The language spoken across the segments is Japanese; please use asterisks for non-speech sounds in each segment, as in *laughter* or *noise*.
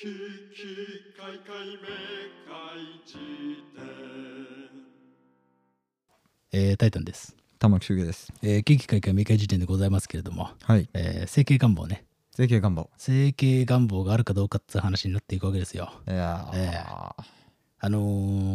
ききかいかいめかいじえー、タイタンです。玉木修介です。えー、景気開会明快時点でございますけれども、はい。えー、整形願望ね。税金願望。整形願望があるかどうかっていう話になっていくわけですよ。いやー、えあの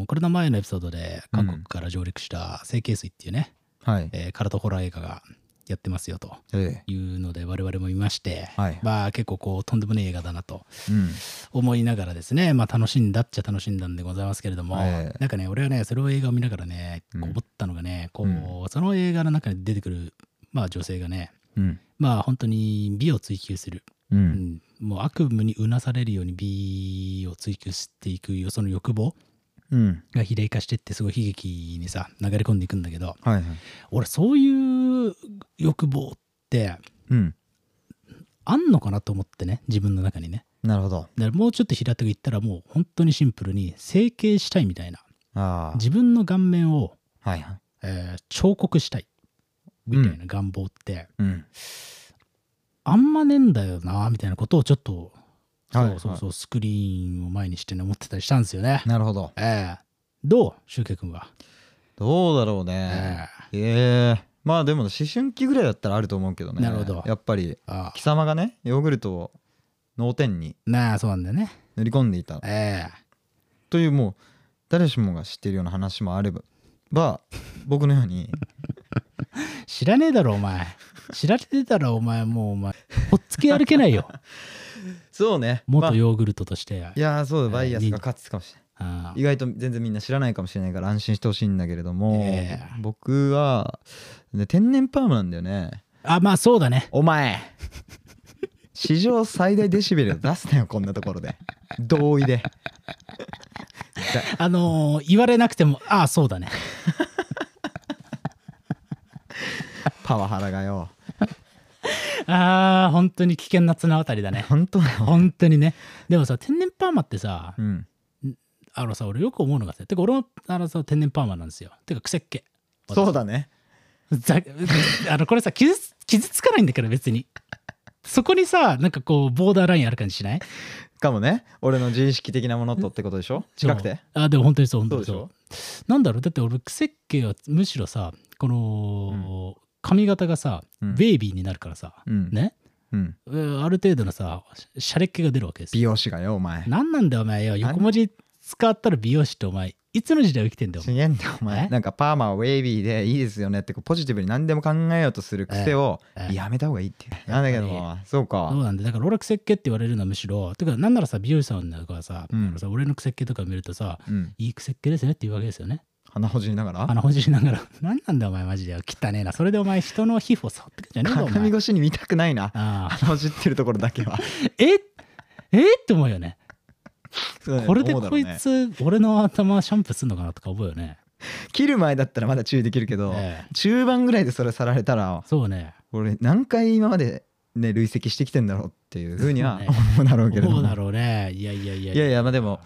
ー、これの前のエピソードで韓国から上陸した整形水っていうね、はい。えーカラトホラー映画がやってますよとえいうので我々も見まして、はいまあ結構こうとんでもねえ映画だなとえうん。思いながらですね、まあ楽しんだっちゃ楽しんだんでございますけれども、ええなんかね、俺はね、それを映画を見ながらね、こううん思ったのがね、こう、うその映画の中に出てくる、まあ女性がね、うん。まあ本当に美を追求する、う。うんん、もう悪夢にうなされるように美を追求していくよその欲望うん。が肥大化してってすごい悲劇にさ流れ込んでいくんだけどはいはい。俺そういう欲望ってうん。あんのかなと思ってね自分の中にねなるほど。だからもうちょっと平たく言ったらもう本当にシンプルに整形したいみたいなああ。自分の顔面を、はいはい。えー彫刻したいみたいな願望って、うん。あんまねえんだよなみたいなことをちょっとはいそうそうそう、スクリーンを前にしてね、思ってたりしたんですよね。なるほど。ええどう、シュウケイ君は。どうだろうえね。えええまあでも思春期ぐらいだったらあると思うけどね。なるほどやっぱりあ貴様がね、ヨーグルトを脳天にあなあ、そうなんだよね。塗り込んでいたえというもう誰しもが知ってるような話もあれば、ば僕のよう *laughs* にえ知らねえだろ、お前。知られてたら、お前、もう、お前、ほっつき歩けない *laughs* よ。そうね。まあ元いヨーグルトとして。やーそうだバイアスええが勝つかもしれない。ああ意外と全然みんな知らないかもしれないから安心してほしいんだけれども、ええ僕は、ね、天然パーマなんだよねあ、まあ、そうだね。お前史上最大デシベルを出すなよこんなところで同意であのー言われなくても、ああ、そうだね。パワハラがよああ、本当に危険な綱渡りだね。本当だよ、本当にね。でもさ、天然パーマってさう、ん、あのさ、俺よく思うのがさ、てか、俺も、あのさ、天然パーマなんですよ。てか、癖っ気。そうだねざ *laughs* あのこれさ傷つ傷つかないんだから別にそこにさなんかこうボーダーラインある感じしないかもね俺の自意識的なものとってことでしょ近くてそうあでも本当にそう本当にそそううなんだろうだって俺癖っ気はむしろさこの、髪型がさ、うんベイビーになるからさ、うん、ねうん、えーある程度のさしシャレっ気が出るわけです美よ容師がよお前何なんだよお前よ横文字使ったら美容師ってお前いつの時代を生きてんだよおち前げんだよおえ前なんかパーマはウェイビーでいいですよねってこうポジティブに何でも考えようとする癖をええやめた方がいいっていうなんだけどもそうかそうなんでだから俺は癖っ気って言われるのはむしろてかなんならさ美容師さんなんかはさ,、うんさ俺の癖っ気とか見るとさうん、いい癖っ気ですねって言うわけですよね鼻ほじりながら鼻ほじりながら *laughs* 「何なんだお前マジでよ汚ねえなそれでお前人の皮膚を触ってくんじゃねえ *laughs* ぞお鏡前越しに見たくないなああ鼻ほじってるところだけはええって思うよねそうだ *laughs* ねこれで思うだころういねつ俺の頭シャンプーすんのかなとか思うよね切る前だったらまだ注意できるけど、ええ中盤ぐらいでそれさられたらそうね俺何回今までね累積してきてんだろうっていうふうにはそうね思うだろうけれど思もうだろうねいやいやいやいやいやまあでも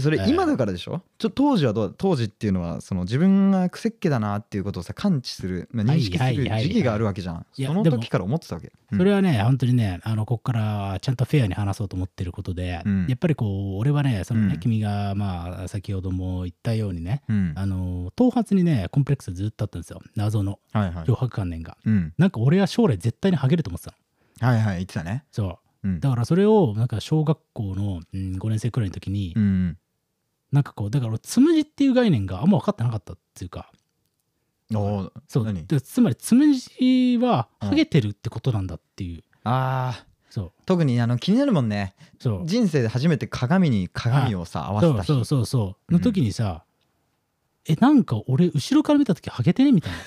それええ今だからでしょ、ちょ当時はどう当時っていうのはその自分が癖っ気だなっていうことをさ感知する、まあ、認識はいすはいるはいはい時期があるわけじゃん、いやそのでも時から思ってたわけ、うんそれはね本当にねあのここからちゃんとフェアに話そうと思ってることで、うんやっぱりこう俺はねそのね、うん君がまあ先ほども言ったようにねうんあの頭髪にねコンプレックスずっとあったんですよ謎のはいはい漂白観念が、うんなんか俺は将来絶対にハゲると思ってたのはいはい言ってたねそううんだからそれをなんか小学校の、うん、5年生くらいの時に、うんなんかこうだから俺つむじっていう概念があんま分かってなかったっていうかおーそう何でつまりつむじはうんハゲてるってことなんだっていう、あーそう特にあの気になるもんねそう人生で初めて鏡に鏡をさ合わせそたうそ人うそうそううんの時にさ、えなんか俺後ろから見た時ハゲてねみたいめっ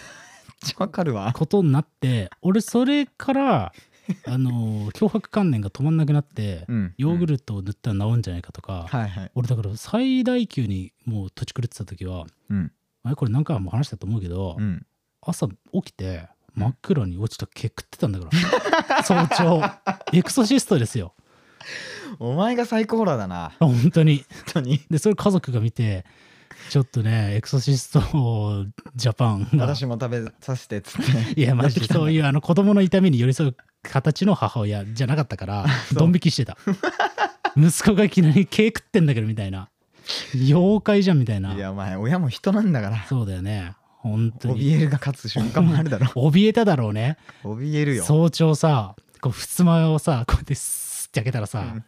ちゃわかる *laughs* わなことになって俺それからあ *laughs* のー脅迫観念が止まんなくなって、うんヨーグルトを塗ったら治るんじゃないかとか、はいはい俺だから最大級にもう土地狂ってた時はうん前これ何回も話したと思うけど、うん朝起きて真っ暗に落ちた毛食ってたんだから *laughs* 早朝エクソシストですよお前がサイコホラーだな本当に本当にでそれ家族が見てちょっとねエクソシストジャパンが *laughs* 私も食べさせてっつっていやマジでそうういうあの *laughs* 子供の痛みに寄り添う形の母親じゃなかったからドン引きしてた息子がいきなり毛食ってんだけどみたいな妖怪じゃんみたいないやお前親も人なんだからそうだよね本当に怯えるが勝つ瞬間もあるだろ *laughs* 怯えただろうね怯えるよ早朝さこうふすまをさこうやってスッて開けたらさ、 *laughs* うんっ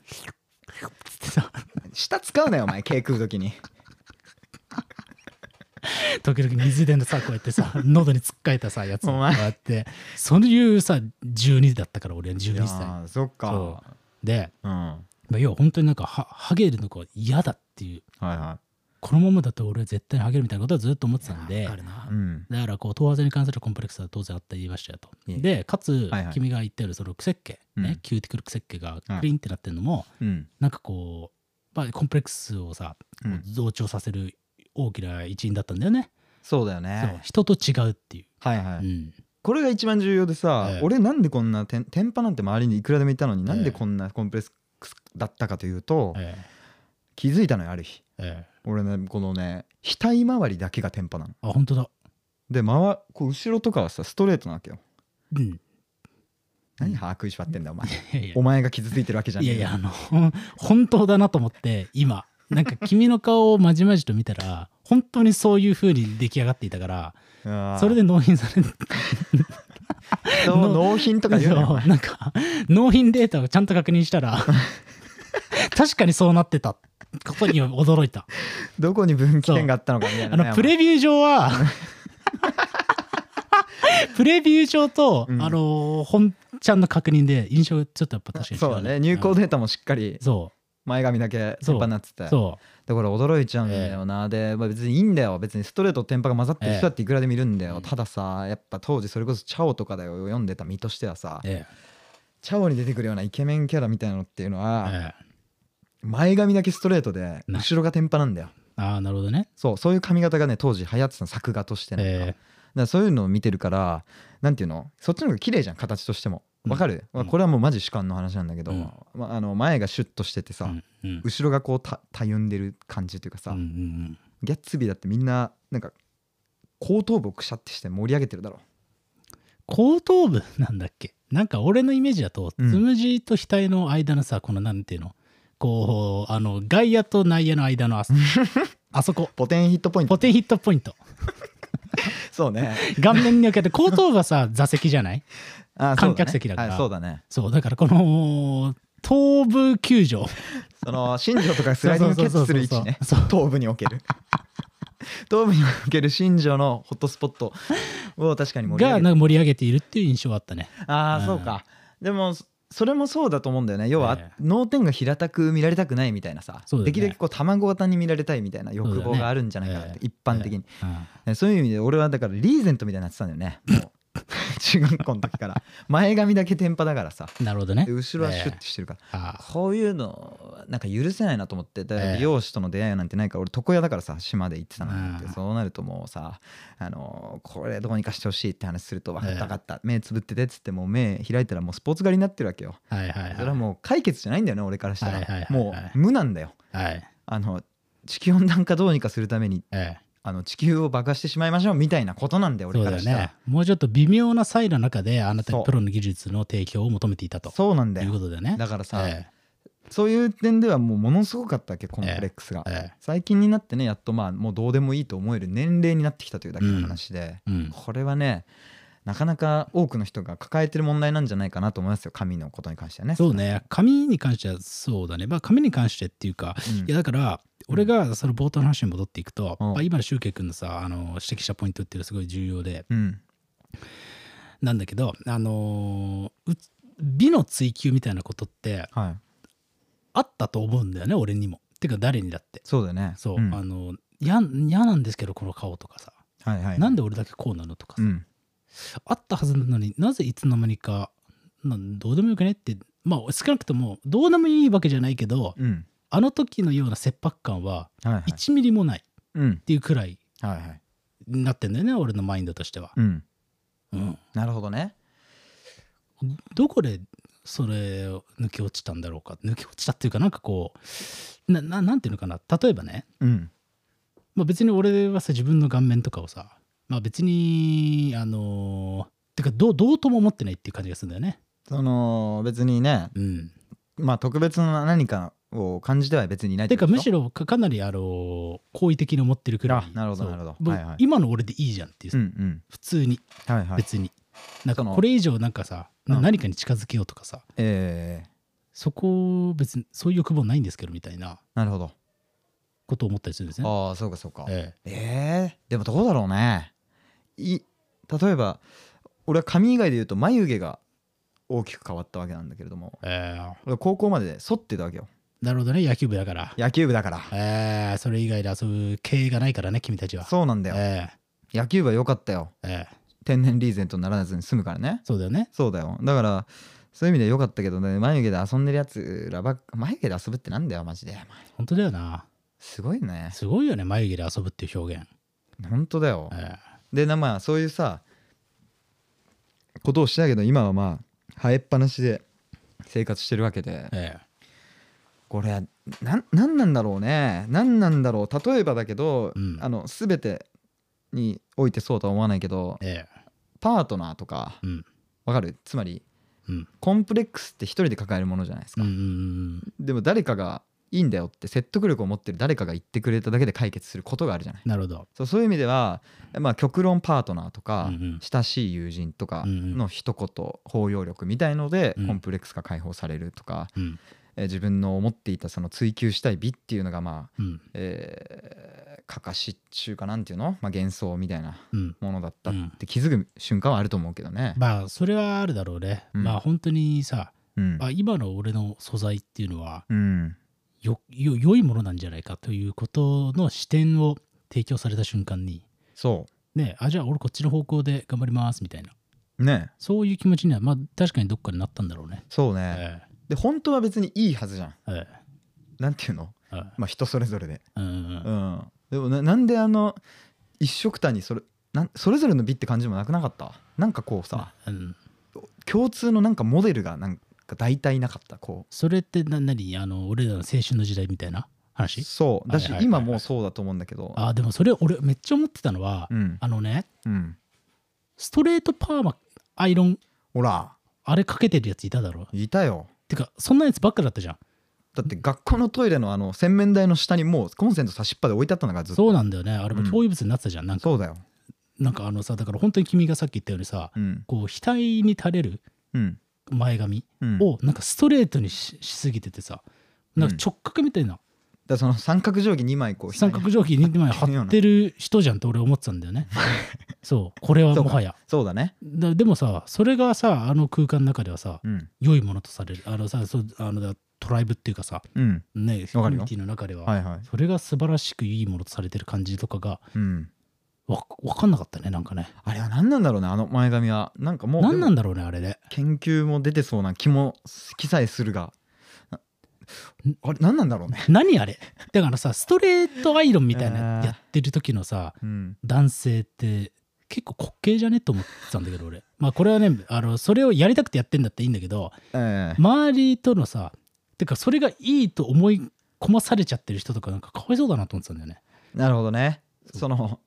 てさ舌使うなよお前毛食う *laughs* 時に時々水でのさこうやって *laughs* さ喉につっかえたさやつおこう前やってそういうさ12だったから俺はいや12歳ーそっそかで、うんはまあ、要は本当になんかはハゲるのが嫌だっていういはこのままだと俺は絶対にハゲるみたいなことはずっと思ってたんいでわかるなうんだからこう東亜性に関するコンプレックスは当然あった言いましたよと。いえでかつ、はいはい君が言ったようにそのクセッケ、ねうんキューティクルクセッケがクリンってなってるのも、うんなんかこう、まあ、コンプレックスをさうこうん増長させる大きな一因だったんだよね。そうだよそうね人と違うっていう。はいはういんこれが一番重要でさええ俺なんでこんなてん天パなんて周りにいくらでもいたのになんええでこんなコンプレックスだったかというとえ気づいたのよある日えええ俺ねこのね額周りだけが天パなのあ本当だ。でまわこう後ろとかはさストレートなわけようん、い何歯食いしばってんだお前やいやお前が傷ついてるわけじゃんいやいやあの *laughs* ほん本当だなと思って今なんか君の顔をまじまじと見たら本当にそういう風に出来上がっていたからそれで納品されの納品とか言うのよ *laughs* そうなんか納品データをちゃんと確認した *laughs* ら確かにそうなってたことには驚いたどこに分岐点があったのかみたいあなねのプレビュー上 *laughs* はプレビュー上と、うんあの本ちゃんの確認で印象がちょっとやっぱ確かに違そうだね入稿でデータもしっかりそ前髪だけ天パになってうてそだから驚いちゃうんだよなでまあ別にいいんだよ別にストレートと天パが混ざってる人だっていくらでもいるんだえよえたださやっぱ当時それこそ「チャオ」とかだよ読んでた身としてはさうえ「チャオ」に出てくるようなイケメンキャラみたいなのっていうのえはええ前髪だけストレートでな後ろが天パなんだよああなるほどねそうそういう髪型がね当時流行ってたの作画としてなんかええだからそういうのを見てるからなんていうのそっちの方が綺麗じゃん形としてもうんわかる、まあこれはもうマジ主観の話なんだけど、うんまあ、あの前がシュッとしててさ、うんうん後ろがこうたたゆんでる感じというかさ、うんうんギャッツビーだってみんななんか後頭部をくしゃってして盛り上げてるだろ後頭部なんだっけなんか俺のイメージだとつうんむじと額の間のさこのなんていうのこうあの外野と内野の間のあそ *laughs* あそこポテンヒットポイントポテンヒットポイントそうね顔面に向けて後頭部は *laughs* さ座席じゃないあー観客席だからそうだね,、はい、そうだからこの頭部球場そうだねその新庄とかスライディングキャッチする位置ねそうそうそうそう頭部に *laughs* おける頭部における新庄のホットスポットを確かに盛り上げがてなんか盛り上げているっていう印象はあったねああ、うんそうかでもそそれもそうだと思うんだよね要は、ええ脳天が平たく見られたくないみたいなさ、そうだよねできるだけこう卵型に見られたいみたいな欲そうだよ望ねがあるんじゃないかなって、え一般的に、うんねそういう意味で俺はだからリーゼントみたいになってたんだよねもう *laughs* 中学校の時から前髪だけ天パだからさなるほどねで後ろはシュえッとしてるから、えああこういうのなんか許せないなと思ってだからええ美容師との出会いなんてないから俺床屋だからさ島で行ってたのにうんそうなるともうさあのーこれどうにかしてほしいって話すると分かっええた分かった目つぶっててっつってもう目開いたらもうスポーツ狩りになってるわけよはいはいそれははもう解決じゃないんだよね俺からしたはいはいはいらはいもう無なんだよいはいあの地球温暖化どうにかするためにええあの地球を爆破してしまいましょうみたいなことなんだよそ俺うかだらよしたらねもうちょっと微妙な差異の中であなたそにうプロの技術の提供を求めていたとそうなんだいうよことだよねだからさ、えそういう点ではもうものすごかったわけコンプレックスが、ええ最近になってねやっとまあもうどうでもいいと思える年齢になってきたというだけの話で、えうん、これはねなかなか多くの人が抱えてる問題なんじゃないかなと思いますよ紙のことに関してはねそう、ね紙に関してはそうだねまあ紙に関してっていうかうんいやだから俺がその冒頭の話に戻っていくと、うんまあ、今のシュウケイ君のさあの指摘したポイントっていうのはすごい重要でうんなんだけどあのーう美の追求みたいなことってはいあったと思うんだよね俺にも。てか誰にだって。そうだよねそう、んあの嫌嫌なんですけどこの顔とかさ、はいはいなんで俺だけこうなのとかさ、うんあったはずなのになぜいつの間にかなんどうでもよくねってまあ少なくともどうでもいいわけじゃないけどうんあの時のような切迫感ははいはい1ミリもないっうんていうくらいはいはいになってんだよね俺のマインドとしては、うんうん、なるほどねどこでそれを抜け落ちたんだろうか抜け落ちたっていうかなんかこうなななんていうのかな例えばね、うんまあ、別に俺はさ自分の顔面とかをさまあ別にあのーてかどうどうとも思ってないっていう感じがするんだよねその別にねうんまあ特別な何かを感じては別にいないてかむしろろかかなりあの好意的に思ってるくらあいなるほどそうなるほど僕はいはい今の俺でいいじゃんっていううさ、んうん普通にはいはい別に、なんかそのこれ以上なんかさ、なうん何かに近づけようとかさえー、そこ別にそういう欲望ないんですけどみたいななるほどことを思ったりするんですね。ああそうかそうかえええー、でもどうだろうねい例えば俺は髪以外で言うと眉毛が大きく変わったわけなんだけれどもええ俺は高校まで剃ってたわけよなるほどね野球部だから。野球部だからええそれ以外で遊ぶ経営がないからね君たちは。そうなんだよえ野球部は良かったよえええ天然リーゼントにならずに済むからねそうだよね。そうだよだからそういう意味では良かったけどね眉毛で遊んでるやつらばっか眉毛で遊ぶってなんだよマジで本当だよな。すごいねすごいよね眉毛で遊ぶっていう表現。本当だよええでなまあそういうさことをしてたけど今はまあ生えっぱなしで生活してるわけでえこれなんなんなんだろうねなんなんだろう例えばだけど、うんあの全てにおいてそうとは思わないけどえええパートナーとかうんわかるつまりうんコンプレックスって一人で抱えるものじゃないですうか、んうんうん。でも誰かがいいんだよって説得力を持ってる誰かが言ってくれただけで解決することがあるじゃないなるほど。そうそういう意味では、まあ、極論パートナーとか、うんうん親しい友人とかうんうんの一言包容力みたいので、うんコンプレックスが解放されるとか、うんえー自分の思っていたその追求したい美っていうのがまあ、うんえー、かかし中かなんていうの、まあ、幻想みたいなうん。ものだったっうんて気づく瞬間はあると思うけどね。まあそれはあるだろうね。うんまあ本当にさ、うんあ今の俺の素材っていうのはうんよよ良いものなんじゃないかということの視点を提供された瞬間にそねあじゃあ俺こっちの方向で頑張りますみたいなうねそういう気持ちにはまあ確かにどっかになったんだろうね。そうね、えで本当は別にいいはずじゃん。ええなんていうのええまあ人それぞれで。うんうんううんん、でもななんであの一色たにそれなんそれぞれの美って感じもなくなかったなんかこうさ、うん共通のなんかモデルがなんか大体なかったこそれってな何あの俺らの青春の時代みたいなう話そうだし、はいはいはい今もうそうだと思うんだけどあでもそれ俺めっちゃ思ってたのは、うんあのねうんストレートパーマアイロンほらあれかけてるやついただろいたよてかそんなやつばっかだったじゃんだって学校のトイレのあの洗面台の下にもうコンセント差しっぱで置いてあったんだからずっとそうなんだよねあれも共有物になってたじゃん、なんかそうだよなんかあのさだから本当に君がさっき言ったようにさ、うんこう額に垂れるうん前髪うんだかをなんかストレートにししすぎててさなんか直角みたいならその三角定規2枚こう三角定規に前貼ってる人じゃんって俺思ってたんだよ *laughs* ねそうこれはもはやそうだねだでもさそれがさあの空間の中ではさうん良いものとされるあのさそうあのだトライブっていうかさうんねコわかミュるよニティの中では、はいはいそれが素晴らしくいいものとされてる感じとかがうんわ分かんなかったねなんかねあれは何なんだろうねあの前髪はなんかもう何なでもんだろうねあれね研究も出てそうな気も好きさえするがああれ何なんだろうね、何あれだからさストレートアイロンみたいえなーやってる時のさうん、男性って結構滑稽じゃねと思ってたんだけど俺まあこれはねあのそれをやりたくてやってんだっていいんだけどええ周りとのさてかそれがいいと思い込まされちゃってる人とかなんかかわいそうだなと思ってたんだよねなるほどねそうその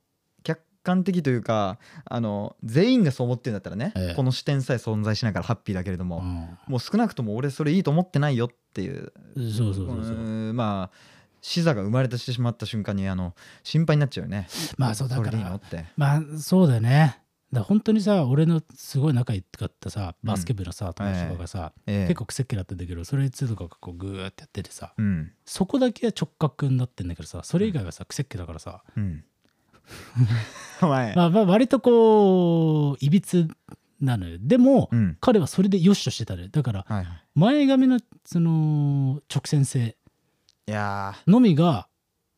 客観的というかあの全員がそう思ってるんだったらね、ええこの視点さえ存在しながらハッピーだけれども、もう少なくとも俺それいいと思ってないよっていううんそうそうそうそううーんまあ視座が生まれてしてしまった瞬間にあの心配になっちゃうよねまあそうだからそれでいいのってまあそうだよねだから本当にさ俺のすごい仲良かったさバスケ部のさ友達とかがさ、ええ結構癖っ気だったんだけどそれつとかがこうグーってやっててさうんそこだけは直角になってんだけどさそれ以外はさ癖っ気だからさ、うん *laughs* お前、まあ、まあ割とこういびつなのよでも、うん彼はそれでよしとしてたねだからはいはい前髪のその直線性いやのみが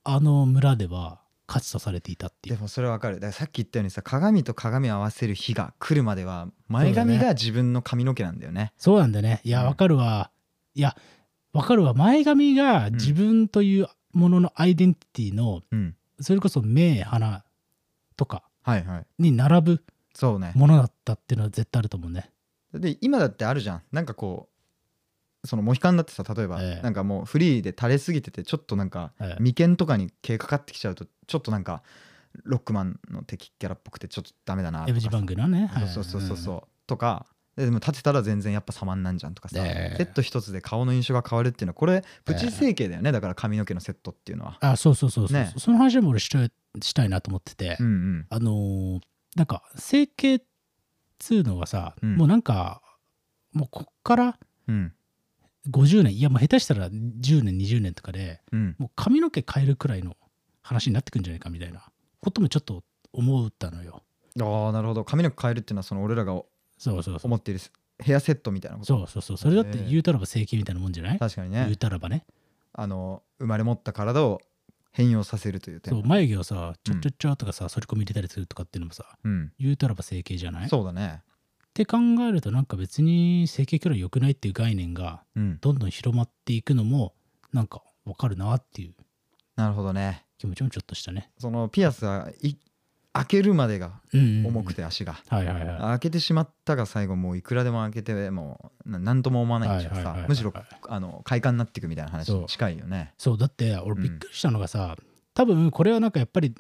あの村では価値とされていたってーいでうもそれわかるだからさっき言ったようにさ鏡と鏡を合わせる日が来るまでは前髪が自分の髪の毛なんだよねそうなんだねいやうんわかるわ、いやわかるわ前髪がん自分というもののアイデンティティの、うんそれこそ目鼻とかはいはいに並ぶそうねものだったっていうのは絶対あると思うねで今だってあるじゃんなんかこうそのモヒカンだってさ例えば、ええなんかもうフリーで垂れすぎててちょっとなんか、ええ眉間とかに毛かかってきちゃうとちょっとなんかロックマンの敵キャラっぽくてちょっとダメだなとか MG さ番組のねそうそうそうそうそうとかででも立てたら全然やっぱ様になんじゃんとかさ、ねえセット一つで顔の印象が変わるっていうのはこれプチ整形だよね、だから髪の毛のセットっていうのは。あそうそうそうそう、ねその話も俺したいしたいなと思ってて、うんうんあのーなんか整形っつうのはさ、うんもうなんかもうこっからうん50年いやもう下手したら10年20年とかでうんもう髪の毛変えるくらいの話になってくんじゃないかみたいなこともちょっと思ったのよ。ああなるほど髪の毛変えるっていうのはその俺らがそうそうそう。思っているヘアセットみたいなことそうそうそう。それだって言うたらば整形みたいなもんじゃない、確かに言うねたらばね。あの生まれ持った体を変容させるという点そう眉毛をさちょちょちょとかさ反り込み入れたりするとかっていうのもさうん、言うたらば整形じゃないっそうだねて考えるとなんか別に整形くらい良くないっていう概念がうんどんどん広まっていくのもなんかわかるなっていうなるほどね気持ちもちょっとしたね。そのピアスはい開けるまでがうんうんうん重くて足が、はいはいはい。開けてしまったが最後もういくらでも開けてもうななんとも思わないんじゃはいはいはいさはいむしろあの快感になっていくみたいな話そにう近いよねそうだってうん俺びっくりしたのがさ、多分これはなんかやっぱり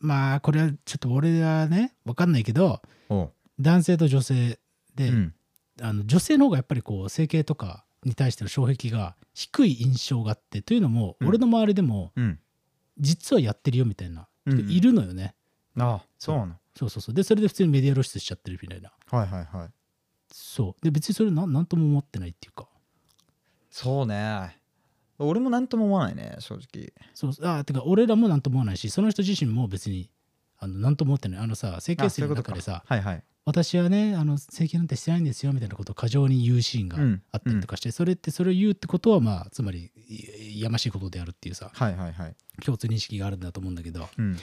まあこれはちょっと俺はね分かんないけどおう男性と女性で、うんあの女性の方がやっぱりこう整形とかに対しての障壁が低い印象があってというのもうん俺の周りでもうん実はやってるよみたいな人いるのよね、ああそうなのそうそうそうでそれで普通にメディア露出しちゃってるみたいなはいはいはいそうで別にそれなんなんとも思ってないっていうかそうね俺もなんとも思わないね正直そうあてか俺らもなんとも思わないしその人自身も別にあのなんとも思ってないあのさ整形あそすういるうこと中かでさはいはい私はねあの整形なんてしてないんですよみたいなことを過剰に言うシーンがうんあったりとかして、それってそれを言うってことはまあつまりいやましいことであるっていうさはいはいはい共通認識があるんだと思うんだけどうん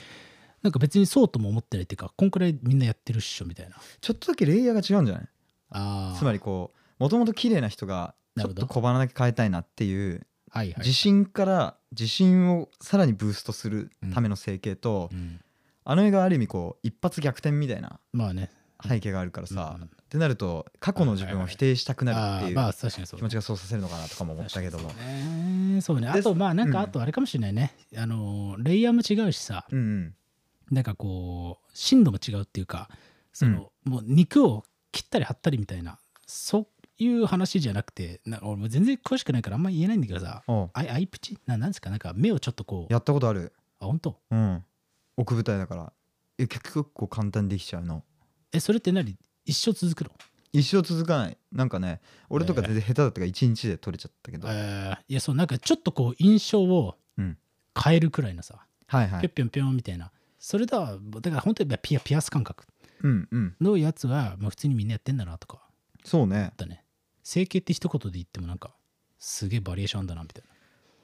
なんか別にそうとも思ってないっていうかこんくらいみんなやってるっしょみたいなちょっとだけレイヤーが違うんじゃないあーつまりこうもともと綺麗な人がちなょるっほどと小鼻だけ変えたいなっていうはいはい自信から自信をさらにブーストするための整形と、うんあの映画ある意味こう一発逆転みたいなまあね背景があるからさ、うんってなると過去の自分を否定したくなあるってーいまうあ確かにそう気持ちがそうさせるのかなとかも思ったけども確かにそうねそうねであとまあなんかうんあとあれかもしれないね、あのレイヤーも違うしさうんうんなんかこう深度も違うっていうかその、もう肉を切ったり貼ったりみたいなそういう話じゃなくてな俺も全然詳しくないからあんま言えないんだけどさおうアイアイプチななんですかなんか目をちょっとこうやったことあるあ本当うん奥舞台だからえ結構簡単にできちゃうのえそれって何一生続くの一生続かないなんかね俺とか全然下手だったから1日で取れちゃったけど、えーいやそうなんかちょっとこう印象をうん変えるくらいのさ、はいはぴょいんぴょんぴょんみたいなそれだだから本当にピアピアス感覚うんうんのやつは、まあ、普通にみんなやってんだなとかそうねだね整形って一言で言ってもなんかすげえバリエーションあんだなみたい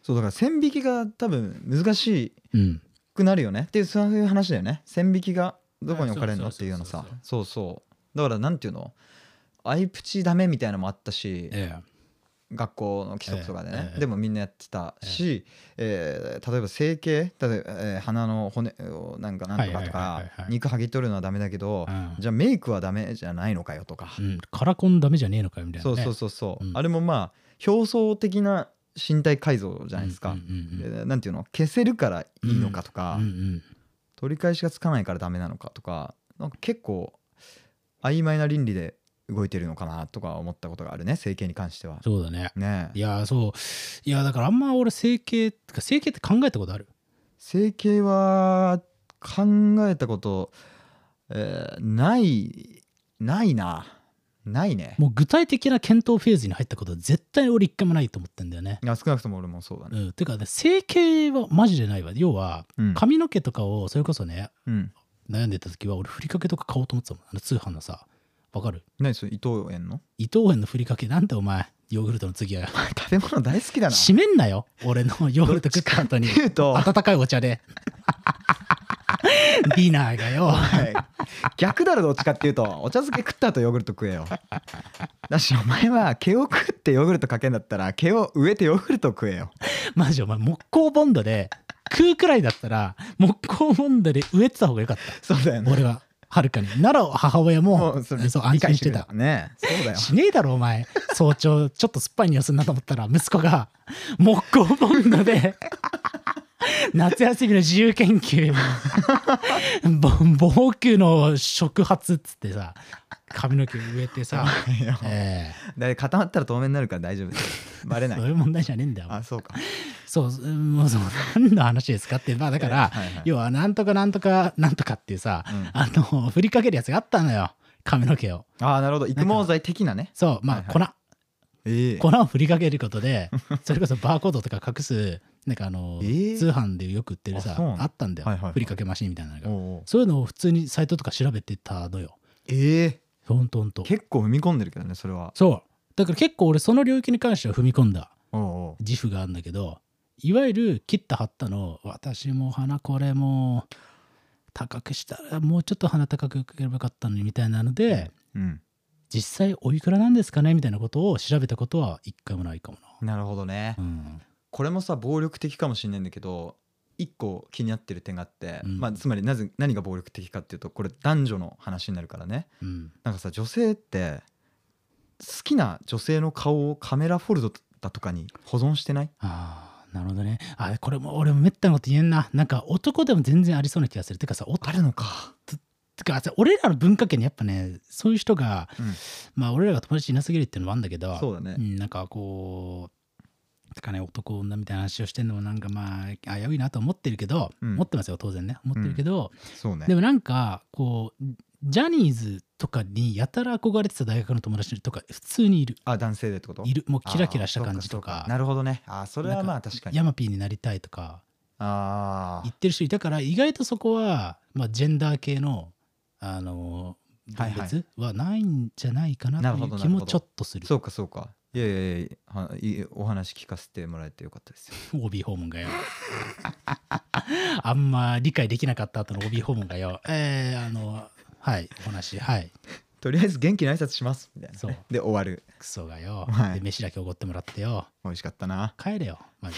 そうだから線引きが多分難しなうんくなるよねっていうそういう話だよね線引きがどこに置かれるのあっていうようなさそそうそうだからなんていうのアイプチダメみたいなのもあったしええ学校の規則とかでねええでもみんなやってたしえー例えば整形例えばえー鼻の骨をなんかなんとかとはいはいかはいはい肉剥ぎ取るのはダメだけどうんじゃあメイクはダメじゃないのかよとかうん、カラコンダメじゃねえのかよみたいな、そね。うそうそうそううんあれもまあ表層的な身体改造じゃないですうかんうんうんえーなんていうの消せるからいいのかとうかんうん取り返しがつかないからダメなのかとかなんか結構曖昧な倫理で動いてるのかなとか思ったことがあるね整形に関しては。そうだね。ねいえや、そう。いや、だからあんま俺、整形、てか整形って考えたことある整形は考えたこと、えーないないなないね。もう具体的な検討フェーズに入ったことは絶対俺一回もないと思ってんだよね。いや少なくとも俺もそうだうね。ん、てかね、整形はマジでないわ。要は、うん髪の毛とかを、それこそね、うん、悩んでた時は、俺、ふりかけとか買おうと思ってたもん。あの通販のさ、わかる何それ伊藤園の *laughs* 伊藤園のふりかけ、なんでお前、ヨーグルトの次はよ。食べ物大好きだな。閉めんなよ、俺のヨーグルト食った後に。言うと、は温かいお茶で *laughs* ディナーがよい、逆だろどっちかっていうとお茶漬け食った後ヨーグルト食えよ。だしお前は毛を食ってヨーグルトかけんだったら毛を植えてヨーグルト食えよ。マジお前木工ボンドで食うくらいだったら木工ボンドで植えてた方がよかっそうだよたね。俺ははるかになら母親ももうそそうれ安心して理解たくれねえ。そう *laughs* だよ。しねえだろお前早朝ちょっと酸っぱい匂いするなと思ったら息子が木工ボンドで夏休みの自由研究ぼ防空の触発っつってさ髪の毛植えてさいやえだい固まったら透明になるから大丈夫ですバレえなそういいう問題じゃねえんだよあそうかそううんもうそう何の話ですかってまあだから、はいはい要はなんとかなんとかなんとかっていうさ、うんあの振りかけるやつがあったのよ髪の毛をあーなるほど育毛剤的なねそうまあ、はいはい粉ええ粉を振りかけることで *laughs* それこそバーコードとか隠すなんかあの、えー通販でよく売ってるさあそうなあのったんだよ、はいはいはいふりかけマシンみたいなのが、おうおうそういうのを普通にサイトとか調べてたのよええほんとほんと結構踏み込んでるけどねそれはそうだから結構俺その領域に関しては踏み込んだおうおう自負があるんだけどいわゆる切った貼ったの私も鼻これもう高くしたらもうちょっと鼻高くければよかったのにみたいなのでうん実際おいくらなんですかねみたいなことを調べたことは一回もないかもなるほどねな、うん、これもさ暴力的かもしれないんだけど一個気になってる点があって、うんまあ、つまりなぜ何が暴力的かっていうとこれ男女の話になるからねうん、なんかさ女性って好きな女性の顔をカメラフォルドだとかに保存してないああなるほどねあこれも俺もめったなこと言えんななんか男でも全然ありそうな気がするてかさ男あるのか、てかさ俺らの文化圏にやっぱねそういう人がうんまあ俺らが友達いなすぎるっていうのもあるんだけどそうだねんなんかこうてかね男女みたいな話をしてんのもなんかまあ危ういなと思ってるけど、うん思ってますよ当然ね思ってるけど、そうねでもなんかこうジャニーズとかにやたら憧れてた大学の友達とか普通にいるあ男性でってこといるもうあーキラキラした感じそとうそうかなるほどねあーそれはなんかまあ確かにヤマピーになりたいとかあ言ってる人いたから意外とそこは、まあ、ジェンダー系の、あのーはい分はい別はないんじゃないかななるといほどうな気るほもどちょっとすあるそうかそうかいやいやいやはいいお話聞かせてもらえてよかったですよ OB 訪問がよあんま理解できなかった後の OB 訪問がよえー、あのはいお話はいとりあえず元気な挨拶しますみたいなね、そうで終わるクソがよ、はいで飯だけおごってもらってよ美味しかったな帰れよマジ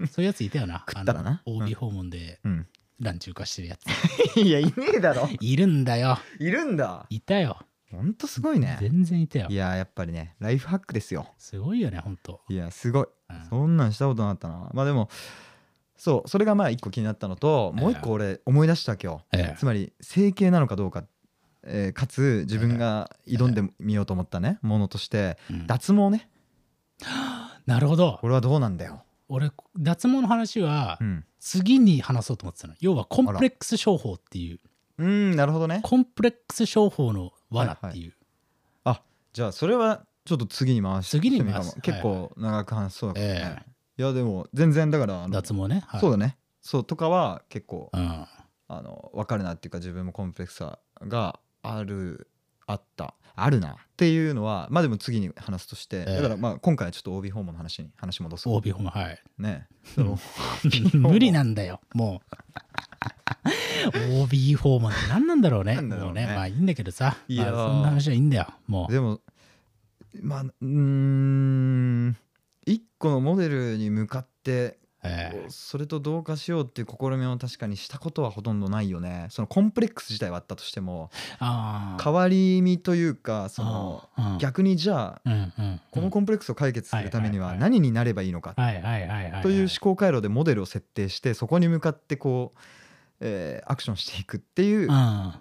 でそういうやついたよな *laughs* 食ったらなあの OB 訪問でうんランチ浮かしてるやつ、 *laughs* いやいねえだろいるんだよいるんだいたよほんとすごいね全然いたよいややっぱりねライフハックですよすごいよねほんと、いやすごいうんそんなんしたことなかったなまあでもそうそれがまあ一個気になったのともう一個俺思い出した今日、ええつまり整形なのかどうか、えーかつ自分が挑んでみようと思ったねものとしてうん脱毛ねなるほどこれはどうなんだよ、俺脱毛の話はうん、次に話そうと思ってたの要はコンプレックス商法っていううんなるほどねコンプレックス商法の罠っていう、はいじゃあそれはちょっと次に回して次に回すしてみるかも結構長く話しそうだからね、えいやでも全然だからあの脱毛ね、はい、そうだねそうとかは結構うんあの分かるなっていうか自分もコンプレックスさがあるあったあるなっていうのはまあでも次に話すとして、ええだからまあ今回はちょっと OB 訪問の話に話戻そう OB ホームはいねその *laughs* 無理なんだ *laughs* よもう OB 訪問って何なんだろうねなんだろうねもうねまあいいんだけどさいやーまあそんな話はいいんだよもうでもまあうーん一個のモデルに向かってええそれと同化しようっていう試みを確かにしたことはほとんどないよねそのコンプレックス自体はあったとしてもあー変わり身というかそのあーうん逆にじゃうあんうんこのコンプレックスを解決するためはいにははいはい何になればいいのかはいはいはいはいはいという思考回路でモデルを設定してそこに向かってこう、えーアクションしていくっていうう、ん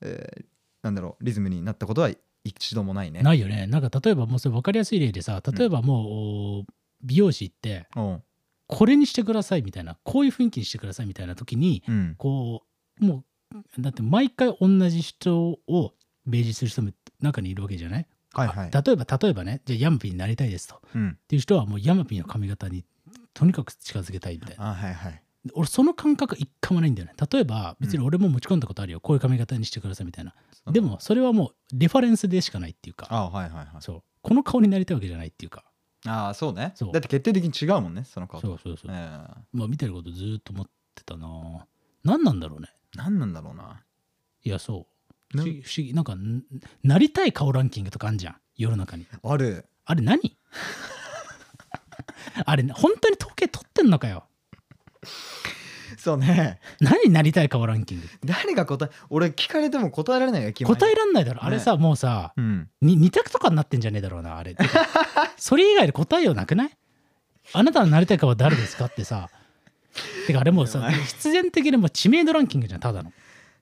えーなんだろうリズムになったことは一度もないね。ないよねなんか例えばもうそれ分かりやすい例でさ例えばもう、美容師行ってうんこれにしてくださいみたいなこういう雰囲気にしてくださいみたいな時にうんこうもうだって毎回同じ人を明示する人も中にいるわけじゃない、はいはい。あ例えば例えばねじゃあヤマピーになりたいですとっうん、ていう人はもうヤマピーの髪型にとにかく近づけたいみたいなあはいはい。俺その感覚一回もないんだよね例えば別に俺も持ち込んだことあるよ、こういう髪型にしてくださいみたいなでもそれはもうレファレンスでしかないっていうかあはいはいはい。そうこの顔になりたいわけじゃないっていうかああそうねそうだって決定的に違うもんねその顔そうそうそう、えーまあ見てることずーっと思ってたな何なんだろうね何なんだろうないやそう不な思議不思議なんかんなりたい顔ランキングとかあんじゃん世の中にあるあれ何 *laughs* あれ本当に統計取ってんのかよそうね *laughs* 何なりたい顔ランキング誰が答え俺聞かれても答えられないよ決まり答えらんないだろねあれさ、もうさうんに2択とかになってんじゃねえだろうなあれ *laughs* それ以外で答えようなくないあなたのなりたい顔は誰ですかってさてかあれもうさやばい必然的にもう知名度ランキングじゃんただの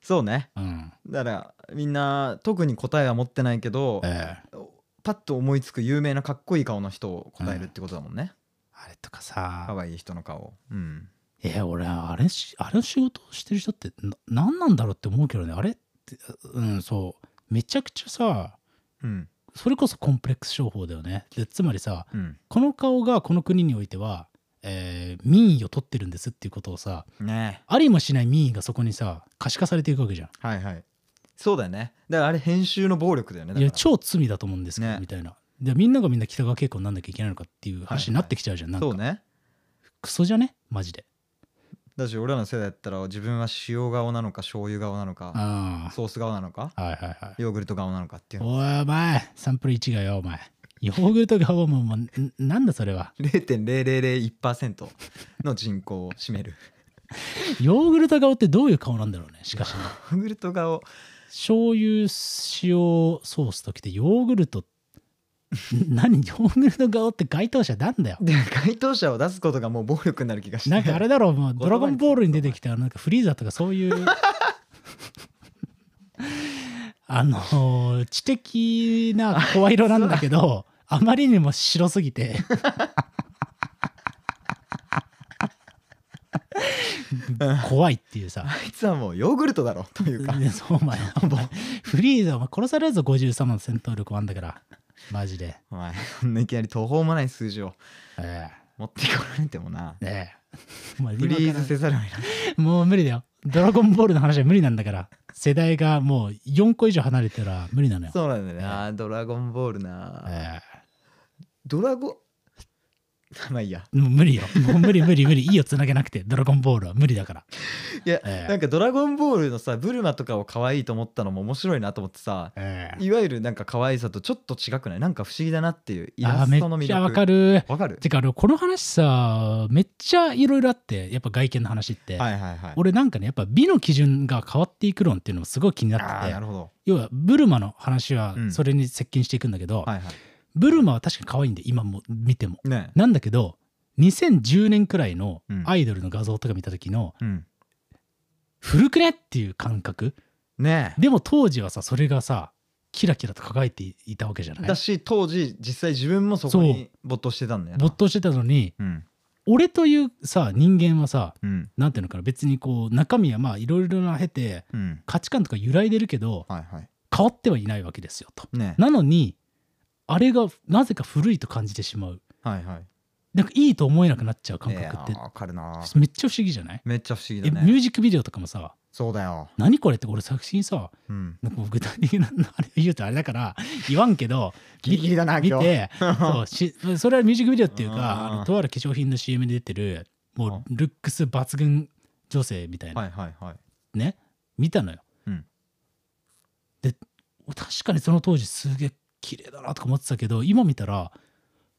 そうねうん。だからみんな特に答えは持ってないけどええパッと思いつく有名なかっこいい顔の人を答えるってことだもんね、あれとかさ可、愛い人の顔うんえ、俺、あれし、あれを仕事をしてる人ってな、何なんだろうって思うけどね、あれって、うん、そう。めちゃくちゃさ、うんそれこそコンプレックス商法だよね。でつまりさ、うんこの顔がこの国においては、えー民意を取ってるんですっていうことをさねありもしない民意がそこにさ可視化されていくわけじゃん。えはいはいそうだよねだからあれ編集の暴力だよねだいかやら超罪だと思うんですけど、ねみたいな。でみんながみんな北川景子になんなきゃいけないのかっていう話になってきちゃうじゃん。そうなんかねクソじゃねマジで。だし俺らの世代だったら自分は塩顔なのか醤油顔なのかあソース顔なのかあはいはいはい。ヨーグルト顔なのかっていうおいお前サンプル1がよお前。ヨーグルトがお前もうんなんだそれは。 0.0001%の人口を占め *laughs* るヨーグルト顔ってどういう顔なんだろうねしかしね。ヨーグルト顔醤油塩ソースときてヨーグルト *laughs* 何ヨーグルト顔って該当者なんだよで回答者を出すことがもう暴力になる気がしてなんかあれだろう、もう言葉にドラゴンボールに出てきたなんかフリーザとかそういう *laughs* あの知的な声色なんだけどあまりにも白すぎて怖いっていうさ *laughs* あいつはもうヨーグルトだろというかいやそうお前お前フリーザお前殺されるぞ53の戦闘力もあんだからマジでお前そんないきなり途方もない数字をえ持ってこられてもなえええお前フリーズ今かせざるを得ないらもう無理だよドラゴンボールの話は無理なんだから世代がもう4個以上離れたら無理なのよ、そうなんだよねあードラゴンボールなえドラゴン *laughs* まあいいやえもう無理よもう無理無理無理いいよ繋げなくてドラゴンボールは無理だからいや、ええなんかドラゴンボールのさブルマとかを可愛いと思ったのも面白いなと思ってさええいわゆるなんか可愛さとちょっと違くないなんか不思議だなっていうイあラーめストのっ魅ち力ゃわかるわかるてかあのこの話さめっちゃいろいろあってやっぱ外見の話って、はいはいはい俺なんかねやっぱ美の基準が変わっていく論っていうのもすごい気になっあてーてなるほど要はブルマの話はうんそれに接近していくんだけど、はいはいブルマは確かに可愛いんで今も見てもねなんだけど2010年くらいのうんアイドルの画像とか見た時のうん古くねっていう感覚ねでも当時はさそれがさキラキラと輝いていたわけじゃなだいし当時実際自分もそこに没頭してたんだよな没頭してたのにうん俺というさ人間はさうんなんていうのかな別にこう中身はまあいろいろな経てうん価値観とか揺らいでるけどはいはい変わってはいないわけですよとねなのにあれがなぜか古いと感じてしまうはいはいなんかいいと思えなくなっちゃう感いや覚ってーわかるなめっちゃ不思議じゃない、めっちゃ不思議えだミュねージックビデオとかもさそうだよ「何これ?」って俺作品さうんなんかもう具体的なあれ言うとあれだから言わんけどギリギリだな見今日て *laughs* そうしそれはミュージックビデオっていうかあーあのとある化粧品の CM で出てるもうルックス抜群女性みたいな、はいはいはいね見たのよ。うんで確かにその当時すげえ綺麗だなとか思ってたけど今見たら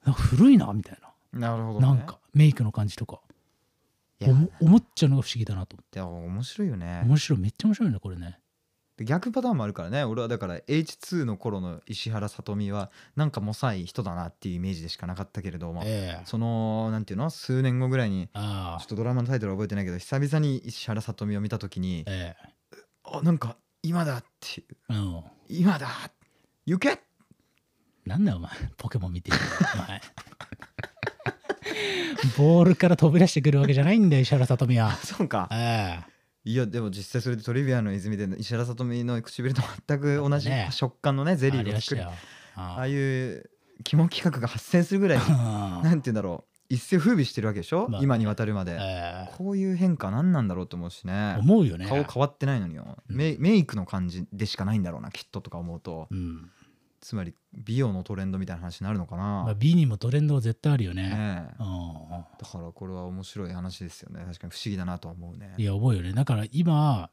なんか古いなみたいな。なるほどねなんかメイクの感じとかいやおも思っちゃうのが不思議だなと思でも面白いよっねて面白いめっちゃ面白いねこれねで逆パターンもあるからね俺はだから H2 の頃の石原さとみはなんかもさい人だなっていうイメージでしかなかったけれども、ええそのなんていうの数年後ぐらいにちょあっあとドラマのタイトルは覚えてないけど久々に石原さとみを見た時にええあなんか今だっていううん今だ行けなんだよお前 *laughs* ポケモン見てるお前ボールから飛び出してくるわけじゃないんだよ石原さとみはそうかええいやでも実際それでトリビアの泉で石原さとみの唇と全く同じね食感のねゼリありーをまし作たるよあああいう肝企画が発生するぐらいあうんなんて言うんだろう一世風靡してるわけでしょ、まあね今にわたるまで、 *laughs* えこういう変化何なんだろうと思うしえね思うよね顔変わってないのによ、うんメイメイクの感じでしかないんだろうなきっととか思うとうんつまり美容のトレンドみたいな話になるのかな、まあ、美にもトレンドは絶対あるよねねえうんだからこれは面白い話ですよね確かに不思議だなとは思うねいや思うよねだから今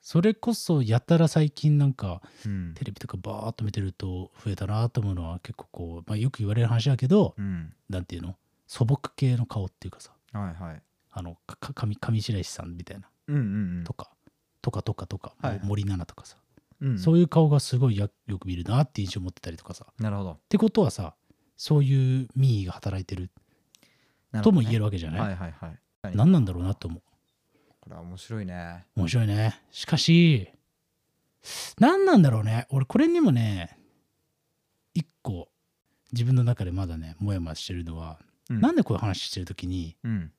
それこそやたら最近なんかうんテレビとかバーっと見てると増えたなと思うのは結構こう、まあ、よく言われる話だけど、うんなんていうの素朴系の顔っていうかさはいはいあのかか上上白石さんみたいなうんうんとか、とかとかとか、はい森七菜とかさ、うんうんそういう顔がすごいやよく見るなって印象を持ってたりとかさっなるほどてことはさそういう民意が働いてるなるとほもどね言えるわけじゃない、はいはいはい何なんだろうなと思うこれは面白いね面白いねしかし何なんだろうね俺これにもね一個自分の中でまだねモヤモヤしてるのは、うんなんでこういう話してる時にうん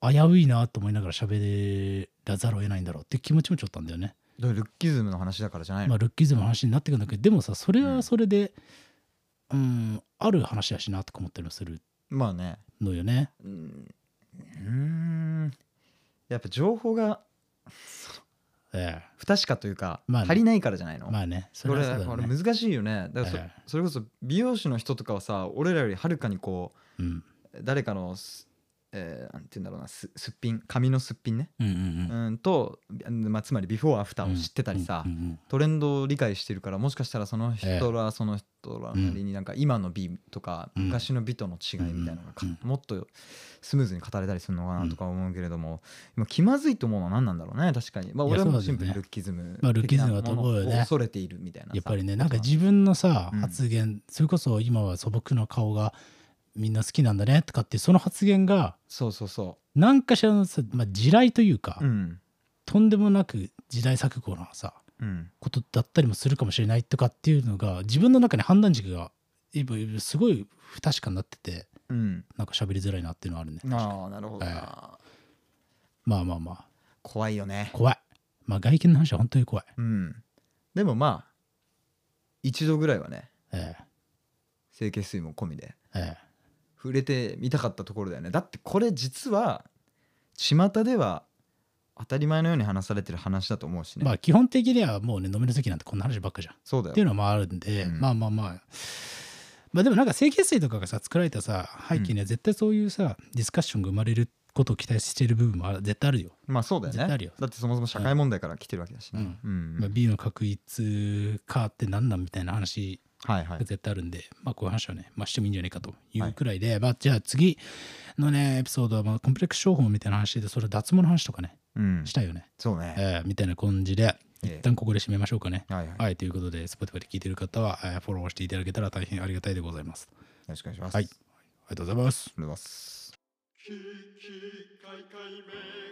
危ういなと思いながら喋らざるを得ないんだろうっていう気持ちもちょっとあったんだよね、だからルッキズムの話だからじゃないまの、あ、ルッキズムの話になってくるんだけどでもさそれはそれでうん、ある話だしなとか思ったりもするまあねのよねうんうーんやっぱ情報がええ不確かというか、まあね足りないからじゃないの、まあねそこれれはそうだこよれね難しいよねだからそ,、ええそれこそ美容師の人とかはさ俺らよりはるかにこうんう誰かのす、えーなんて言うんだろうなすすっぴん髪のすっぴんね、うんうんううんんと、まあ、つまりビフォーアフターを知ってたりさ、うんうんトレンドを理解してるからもしかしたらその人らその人らなりになんか今の美とかうん昔の美との違いみたいなのがかうんもっとスムーズに語れたりするのかなとか思うけれども今気まずいと思うのは何なんだろうね確かにまあいや俺はもうシそうンだプよねルにルッキズムまあルッキズムだと思うよね的なものを恐れているみたいなさやっぱりねなんか自分のさ、うん発言それこそ今は素朴な顔がみんな好きなんだねとかっていうその発言がそうそうそ何かしらのさ、まあ、地雷というか、ううんとんでもなく時代錯誤なさうんことだったりもするかもしれないとかっていうのが自分の中に判断軸が今すごい不確かになっててうんなんか喋りづらいなっていうのはあるねああなるほどえなまあまあまあ怖いよね怖いまあ外見の話は本当に怖い、うんでもまあ一度ぐらいはねえ整形水も込みでええ触れてみたかったところだよねだってこれ実は巷では当たり前のように話されてる話だと思うしえね、まあ基本的にはもうね飲める席なんてこんな話ばっかじゃんそうだっよていうのもあるんで、うんまあまあまあまあでもなんか整形水とかがさ作られたさ背景には絶対そういうさ、ディスカッションが生まれることを期待してる部分もある絶対あるよ、まあそうだよ絶対あるねよだってそもそも社会問題から来てるわけだしね、うんまあ、美の確一化って何なんみたいな話はいはがい絶対あるんで、まあこういう話はね、まあ、してもいいんじゃないかというくらいで、まあじゃあ次のねエピソードはまあコンプレックス商法みたいな話でそれ脱毛の話とかねうんしたいよね、そうね、えーみたいな感じでええ一旦ここで締めましょうかね、はいはい、よはいということで Spotify で聞いてる方は、えーフォローしていただけたら大変ありがたいでございますろしくお願いします、はいありがとうありがとうございますございますキキカイカイめ